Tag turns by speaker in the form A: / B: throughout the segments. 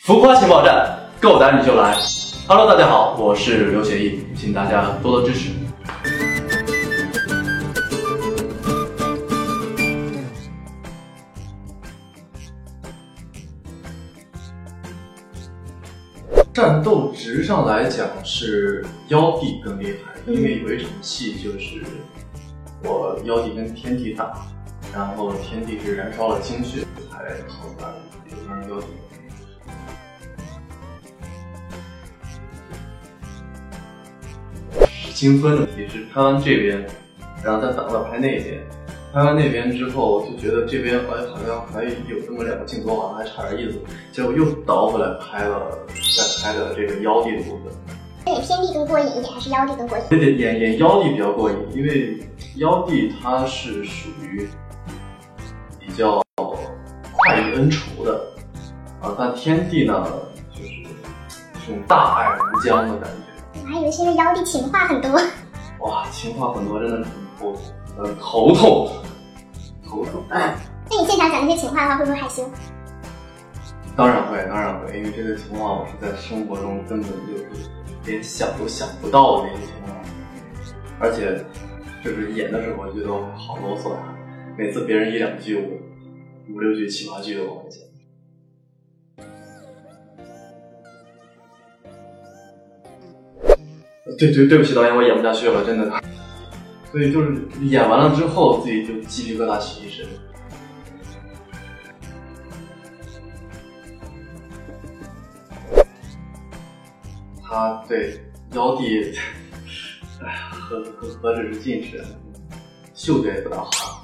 A: 浮夸情报站，够胆你就来。Hello，大家好，我是刘学义，请大家多多支持。战斗值上来讲是妖帝更厉害，因为有一场戏就是我妖帝跟天帝打，然后天帝是燃烧了精血才后来有让妖帝。精分的问题是拍完这边，然后再反过来拍那边，拍完那边之后就觉得这边哎好像还有这么两个镜头啊好像还差点意思，结果又倒回来拍了，再拍的这个妖帝的部分。
B: 对，天帝更过瘾一点，还是妖帝更过瘾？
A: 对对，演演妖帝比较过瘾，因为妖帝他是属于比较呃快意恩仇的啊，但天帝呢就是这种大爱无疆的感觉，
B: 我还以为是因为妖帝情话很多。
A: 哇，情话很多，真的很头痛，呃，头痛，头痛。
B: 那你现场讲那些情话的话，会不会害羞？
A: 当然会，当然会，因为这个情况我是在生活中根本就是连想都想不到的一个情况，而且就是演的时候觉得我好啰嗦啊，每次别人一两句，我五六句、七八句的往外讲。对对，对不起导演，我演不下去了，真的。所以就是演完了之后，自己就鸡皮疙瘩起一身。他对妖帝，哎呀，何何何止是近视，嗅觉也不大好。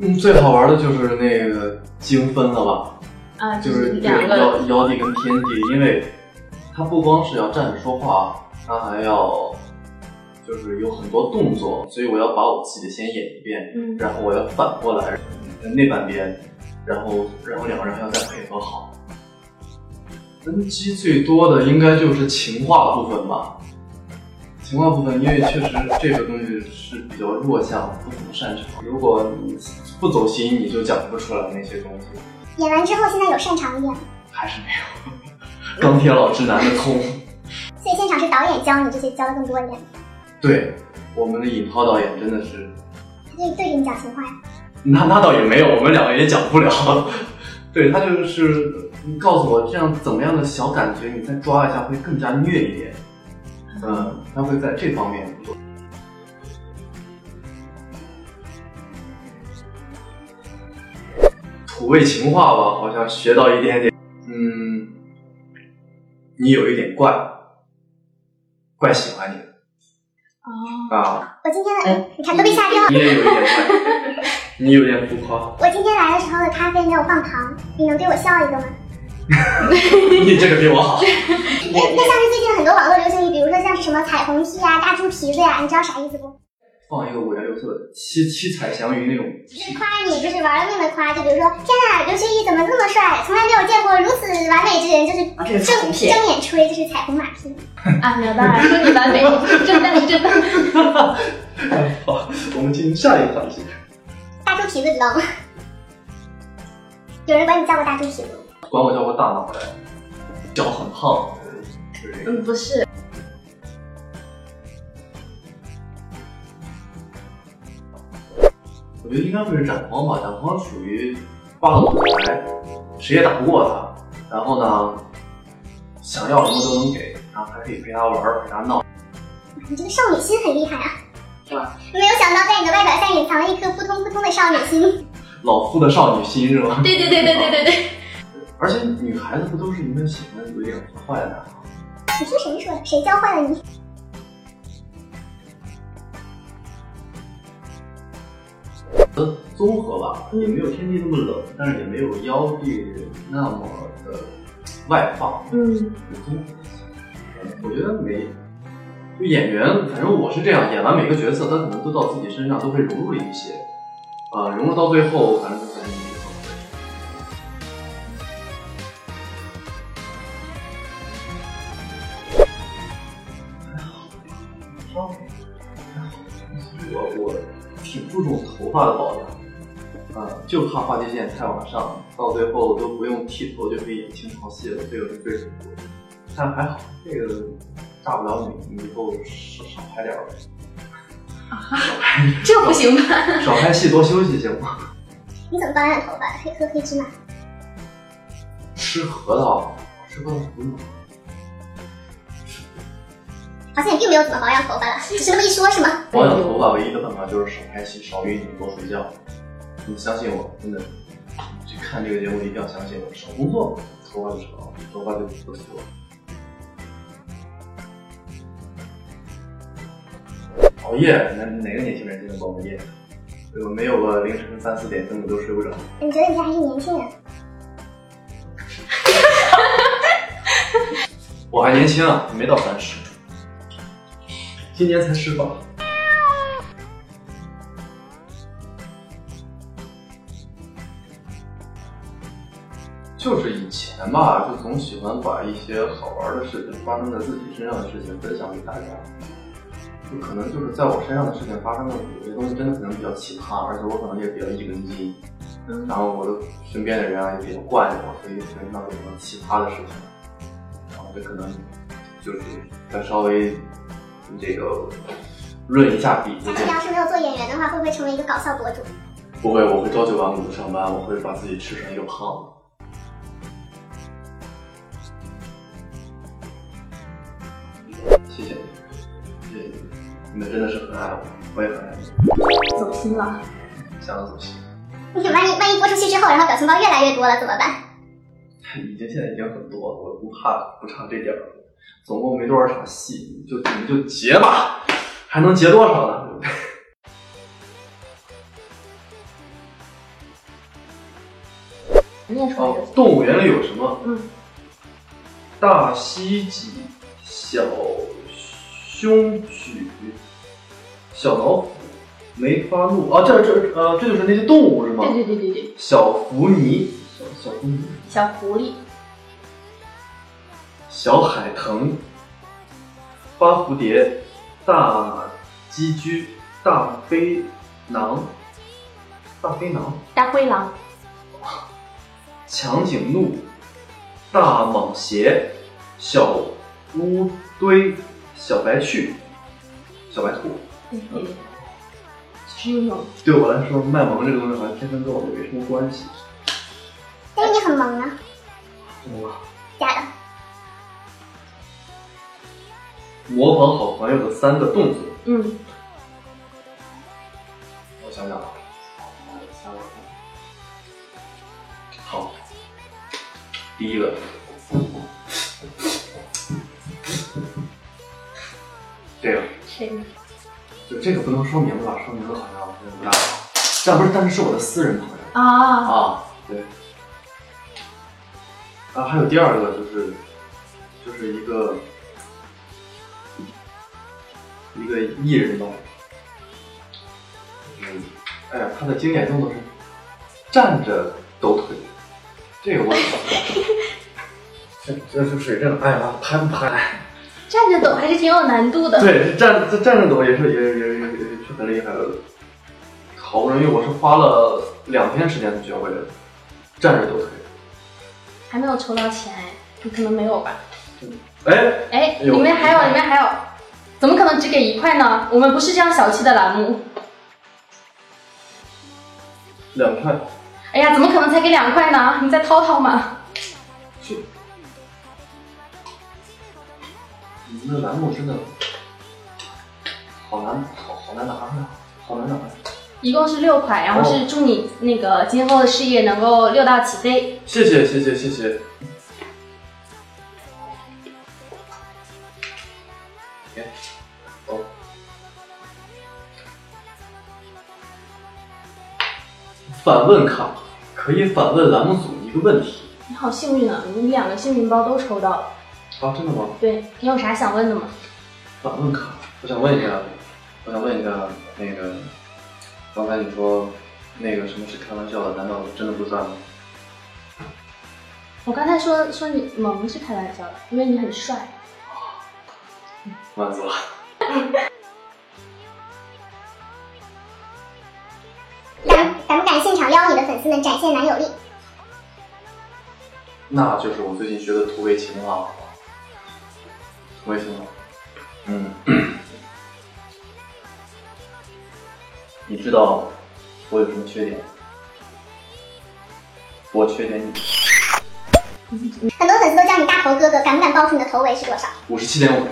A: 嗯，最好玩的就是那个精分了吧，
C: 啊，
A: 就是对
C: 两
A: 妖
C: 个
A: 妖帝跟天帝，因为他不光是要站着说话，他还要就是有很多动作，所以我要把我自己的先演一遍，
C: 嗯
A: 然后我要反过来那半边，然后然后两个人还要再配合好。分机最多的应该就是情话部分吧，情话部分，因为确实这个东西是比较弱项，不怎么擅长。如果你不走心，你就讲不出来那些东西，
B: 演完之后，现在有擅长一点吗，
A: 还是没有 钢铁老直男的痛。
B: 所以现场是导演教你这些，教的更多一点。
A: 对，我们的尹涛导演真的是
B: 他对对着你讲情话呀，
A: 那那倒也没有，我们两个也讲不了。 对他就是你告诉我这样怎么样的小感觉，你再抓一下会更加虐一点。嗯，他会在这方面做。土味情话吧，好像学到一点点。嗯，你有一点怪，怪喜欢你
C: 哦，
A: 啊，
B: 我今天的，哎你看都被吓
D: 嗯
B: 掉了。
A: 你也有一点怪， 你有点浮夸，
B: 我今天来的时候的咖啡没有放糖，你能对我笑一个吗？
A: 你这个比我好。
B: 哎那那像是最近很多网络流行语，比如说像是什么彩虹屁啊、大猪蹄子呀、你知道啥意思不？
A: 放一个五颜六色的七七彩祥云那种，
B: 就是夸你，就是玩了命的夸，就比如说，天呐，刘学义怎么这么帅？从来没有见过如此完美之人，就
D: 啊
B: 是
D: 这是彩虹
B: 正
D: 屁
B: 正眼吹，就是彩虹马屁。
C: 啊，明白了，说你完美，真的真的，
A: 好，我们进行下一个环节。
B: 大猪蹄子知道吗？有人管你叫过大猪蹄子吗？
A: 管我叫过大脑袋，脚很胖，是这个
C: 嗯，不是，
A: 我觉得应该会是展荒吧，展荒属于霸道总裁，谁也打不过他。然后呢，想要什么都能给，然后还可以陪他玩儿，陪他闹。
B: 你这个少女心很厉害啊！
A: 是吧？
B: 没有想到在你的外表下隐藏了一颗扑通扑通的少女心。
A: 老夫的少女心是吗？
C: 对对对对对对对，
A: 而且女孩子不都是应该喜欢有点坏坏的男孩吗？
B: 你听谁说的？谁教坏了你？
A: 综合吧，也没有天地那么冷，但是也没有妖帝那么的外放。
C: 嗯，
A: 我觉得每就演员，反正我是这样，演完每个角色，他可能都到自己身上都会融入一些，啊，融入到最后，反正就是很好。还好，还好，我我挺注重头发的保养，啊，就怕话题点太往上，到最后都不用剃头就可以清床戏了，这个是最恐怖的。但还好，这个大不了你你以后少少拍点儿呗，
C: 这不行吧？
A: 少拍戏多休息行吗？
B: 你怎么保养头发的？黑喝黑芝麻。
A: 吃核桃，吃核桃不用。
B: 好像也并没有怎么保养头发了，只是那么一说，是吗？
A: 保养头发唯一的办法就是少拍戏、少运动、多睡觉。你相信我，真的，去看这个节目一定要相信我，少工作，头发就少，头发就不秃了。熬夜，哪哪个年轻人经常不熬夜？对吧？没有个凌晨三四点，根本都睡不着。
B: 你觉得你现在还是年轻人？
A: 我还年轻啊，没到三十，今年才十八。就是以前吧，就总喜欢把一些好玩的事情、发生在自己身上的事情分享给大家。就可能就是在我身上的事情发生的有些东西真的可能比较奇葩，而且我可能也比较一根筋，然后我的身边的人啊也比较惯着我，所以可能闹出很多奇葩的事情。然后这可能就是再稍微这个润一下底子
B: 那。你要是没有做演员的话，会不会成为一个搞笑博主？
A: 不会，我会朝九晚五的上班，我会把自己吃成一个胖子。谢谢你，谢谢你，你们真的是很爱我，我也很爱你。
C: 走心了，
A: 想要 走心，
B: 你万一万一播出去之后，然后表情包越来越多了怎么办？
A: 已经现在已经很多了，我不怕不差这点儿。总共没多少场戏，你就你就结吧，还能结多少呢？对不对？
C: 念出来
A: 哦
C: 就，
A: 动物园里有什么？
C: 嗯，
A: 大蜥蜴、小胸举、小老虎、梅花鹿啊，这这呃，这就是那些动物是吗？
C: 对对对对对，
A: 小福尼、小小福尼、
C: 小狐狸，
A: 小海豚、花蝴蝶、大鸡驹、大飞囊、大飞囊、
C: 大灰狼，
A: 长颈鹿、大蟒蛇、小乌龟、小白兔、小白兔。
C: 对对对，只有有
A: 对我来说，卖萌这个东西好像天生跟我没什么关系。
B: 但是你很萌啊，
A: 我
B: 假的。
A: 模仿好朋友的三个动作，
C: 嗯，
A: 我想想啊，啊好，第一个，这个。
C: 谁？
A: 就这个不能说名字吧，说名字好像好像不大好。但不是，但是是我的私人朋友
C: 啊，
A: 啊，对。然后还有第二个就是，就是一个一个艺人吧，嗯，哎呀，他的经典动作是站着抖腿，这个我 这这是水正，哎呀，拍不拍？
C: 站着走还是挺有难度的。
A: 对，站站着抖也是也也也也是很厉害的，好不容易我是花了两天时间才学会的，站着抖腿。
C: 还没有筹到钱，你可能没有吧？
A: 哎，
C: 哎，
A: 有
C: 里面还有，里面还有，怎么可能只给一块呢？我们不是这样小气的栏目。
A: 两块，
C: 哎呀，怎么可能才给两块呢？你再掏掏嘛。
A: 你们的栏目真的好难，好好难拿出来，好难拿啊出来。
C: 一共是六块，然后是祝你那个今后的事业能够六道起飞。
A: 谢谢谢谢谢谢。哎，哦，反问卡可以反问栏目组一个问题。
C: 你好幸运啊，你两个幸运包都抽到了。
A: 啊，真的吗？
C: 对你有啥想问的吗？
A: 反问卡，我想问一下，我想问一下，那个，刚才你说那个什么是开玩笑的，难道真的不算吗？
C: 我刚才说说你萌是开玩笑的，因为你很帅。
A: 满足了。
B: 但敢不敢现场邀你的粉丝们展现男友力？
A: 那就是我最近学的土味情话了。土味情话，嗯，你知道我有什么缺点？我缺点你
B: 很多粉丝都叫你大头哥哥，敢不敢报出你的头围是多少？
A: 五十七点五。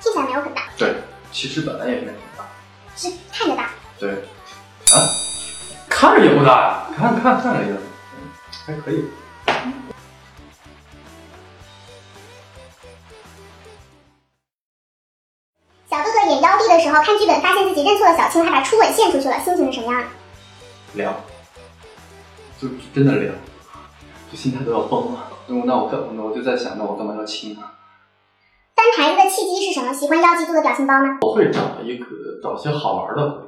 B: 听起来没有很大，
A: 对，其实本来也没很大。
B: 是看着大。
A: 对，啊，看着也不大呀，看看看着也，嗯，还可以。
B: 小哥哥演妖帝的时候，看剧本发现自己认错了小青，还把初吻献出去了，心情是什么样的？
A: 凉，就真的凉，就心态都要崩了。那我干，我就在想，那我干嘛要亲他？
B: 翻牌子的契机是什么？喜欢妖姬做的表情包吗？
A: 我会找一个找些好玩的回，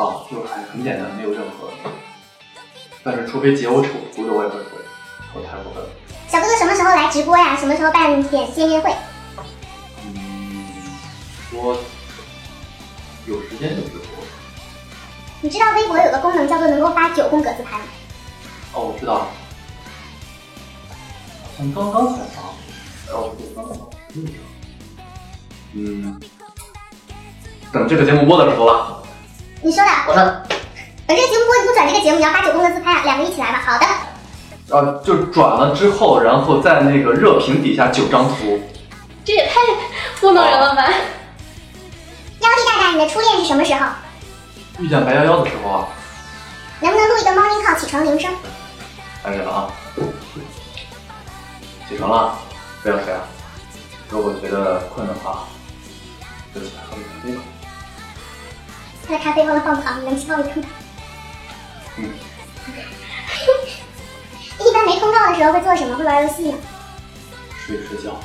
A: 啊，就是很很简单，没有任何。但是除非截我丑图的，我也会回，我才不会。
B: 小哥哥什么时候来直播呀？什么时候办点见面会？
A: 嗯，说有时间就直播。
B: 你知道微博有个功能叫做能够发九宫格子牌吗？
A: 哦，我知道了，好像刚刚才发，哦，对，刚刚发，嗯，等这个节目播的时候吧，
B: 你说的，
A: 我看，
B: 本这个节目播你不转这个节目，你要发九宫格自拍啊，两个一起来吧。好的，
A: 呃，就转了之后，然后在那个热评底下九张图，
C: 这也太糊弄人了吧！
B: 妖姬大大，你的初恋是什么时候？
A: 遇见白幺幺的时候啊，
B: 能不能录一个 morning call 起床铃声？
A: 看着了啊，起床了，不要睡啊，如果觉得困的话，就起来喝杯咖啡吧，
B: 他的咖啡忘了放糖，你能吃泡一吗？
A: 嗯。
B: 一般没通告的时候会做什么？会玩游戏吗？
A: 睡睡觉，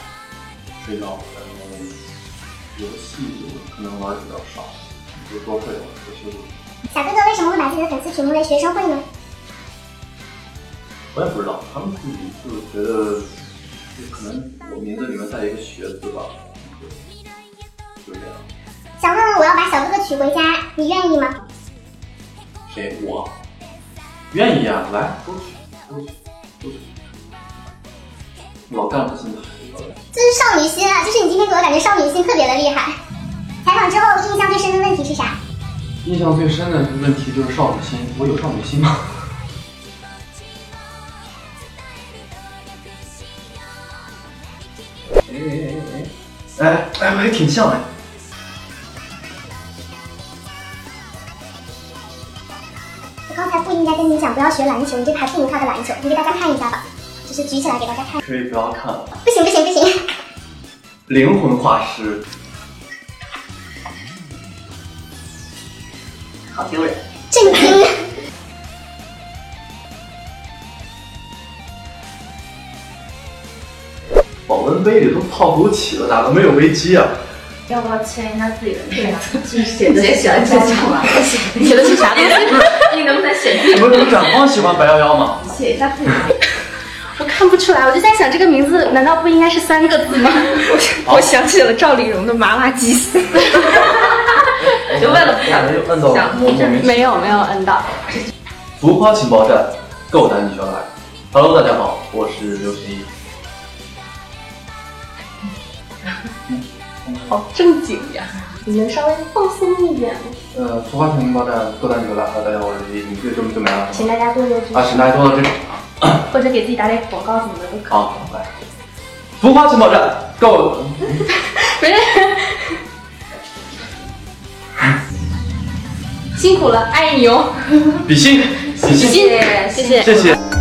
A: 睡觉，然后游戏可能玩的比较少，比如说会有会去，
B: 小哥哥为什么会把自己的粉丝取名为学生会呢？
A: 我也不知道，他们自己就是觉得，就可能我名字里面带一个学字吧，就就这样。
B: 想问问我要把小哥哥娶回家，你愿意吗？
A: 谁我？愿意啊，来，都去，都去，都去。老干部心态，老干部
B: 这是少女心啊！就是你今天给我感觉少女心特别的厉害。采访之后印象最深的问题是啥？
A: 印象最深的问题就是少女心，我有少女心吗？ 哎哎哎哎哎哎，还挺像哎。
B: 我刚才不应该跟你讲不要学篮球，你这还不如跳个篮球。你给大家看一下吧，就是举起来给大家看。
A: 可以不要看了，
B: 不行不行不行，
A: 灵魂画师，
C: 好丢人。
B: 震惊！
A: 保温杯里都泡枸杞了，哪能没有危机啊？
D: 要不要签一下自己的名字？
E: 写的写的是什
C: 啊
E: 么？
C: 写的是啥东西？
D: 你能不能写一
A: 你们主展光喜欢白幺幺吗？
E: 写一下自己的。
C: 我看不出来，我就在想这个名字难道不应该是三个字 吗？
E: 我想起了赵丽蓉的麻辣鸡丝，
D: 就为了不想
A: 我哎摁到
D: 想
A: 我莫名
C: 没有没有摁到。
A: 浮夸情报站，够男女小来。Hello，大家好，我是刘十一。
E: 好正经呀！
C: 你能稍微放松一点吗？
A: 呃，浮夸情报站，够男女小来。Hello，大家好，我是刘十一。你对这么怎么样？
C: 请大家多多支
A: 啊，
C: 持，
A: 请大家多多支持。
C: 或者给自己打点广告什么的都可以。
A: 好，来，浮夸情报站，够。
C: 没人。辛苦了，爱你哦！
A: 比心，比心，
C: 嗯谢谢，谢谢。
A: 谢谢。